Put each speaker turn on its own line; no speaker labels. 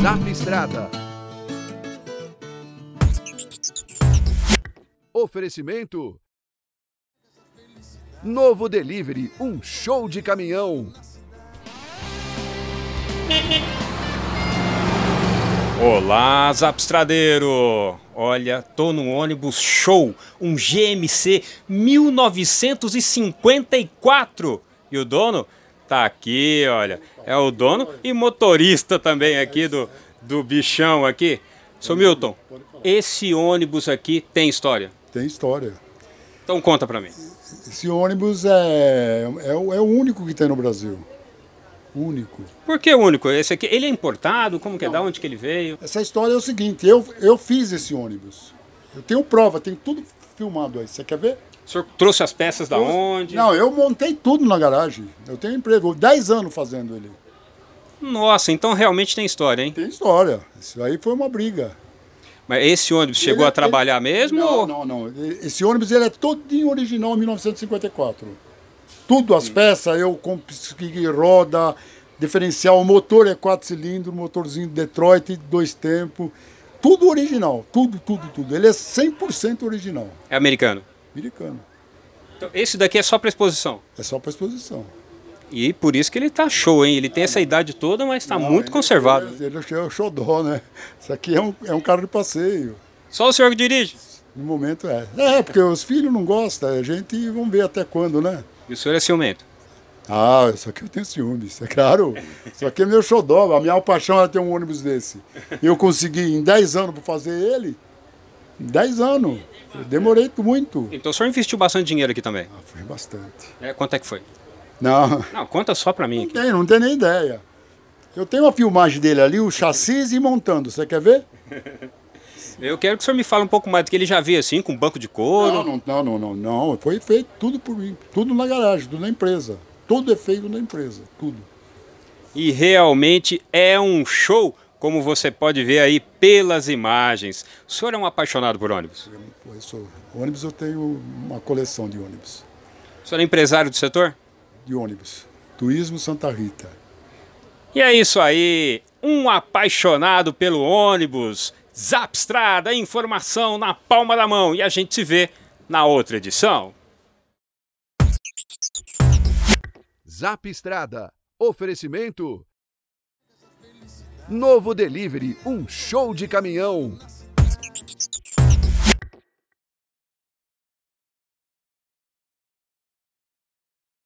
Zap Estrada. Oferecimento. Novo Delivery, um show de caminhão.
Olá, Zapstradeiro! Olha, tô num ônibus show, um GMC 1954. E o dono tá aqui, olha. É o dono e motorista também aqui do, do bichão aqui. Seu Milton, esse ônibus aqui tem história.
Tem história.
Então conta pra mim.
Esse ônibus é, é, o- é o único que tem no Brasil. Único.
Por que o único? Esse aqui, ele é importado? Como que é? Da onde que ele veio?
Essa história é o seguinte, eu, eu fiz esse ônibus. Eu tenho prova, tenho tudo filmado aí. Você quer ver?
O senhor trouxe as peças da
Eu-
onde?
Não, eu montei tudo na garagem. Eu tenho emprego, 10 anos fazendo ele.
Nossa, então realmente tem história, hein?
Tem história. Isso aí foi uma briga.
Mas esse ônibus chegou
Ele- é
a trabalhar
ele-
mesmo?
Não,
ou-
não, não. Esse ônibus ele é todinho original 1954. Tudo, as peças, eu consegui roda, diferencial, o motor é quatro cilindros, motorzinho Detroit, dois tempos. Tudo original, tudo, tudo, tudo. Ele é 100% original,
É americano.
americano.
Então, esse daqui é só para exposição.
É só para exposição.
E por isso que ele tá show, hein? Ele tem essa idade toda, mas tá
é
muito conservado.
Ele, ele é o xodó, né? Isso aqui é um, é um carro de passeio.
Só o senhor que dirige.
No momento é. É, porque os filhos não gostam, a gente vamos ver até quando, né?
E o senhor é ciumento.
Ah, só que eu tenho ciúmes, é claro. Isso aqui é meu xodó, a minha paixão era ter um ônibus desse. Eu consegui em 10 anos para fazer ele. Em 10 anos. Eu demorei muito.
Então o senhor investiu bastante dinheiro aqui também.
Ah, foi bastante.
É, quanto é que foi?
Não,
Não, conta só pra mim
não
aqui.
tem, não tem nem ideia. Eu tenho uma filmagem dele ali, o chassis e montando. Você quer ver?
Eu quero que o senhor me fale um pouco mais do que ele já veio assim, com banco de couro.
Não, não, não, não, não, não. Foi feito tudo por mim. Tudo na garagem, tudo na empresa. Tudo é feito na empresa. Tudo.
E realmente é um show, como você pode ver aí pelas imagens. O senhor é um apaixonado por ônibus.
Eu sou- ônibus, eu tenho uma coleção de ônibus.
O senhor é empresário do setor?
de ônibus. Turismo Santa Rita.
E é isso aí, um apaixonado pelo ônibus. Zapstrada, informação na palma da mão e a gente se vê na outra edição.
Zap Estrada. Oferecimento. Novo Delivery, um show de caminhão.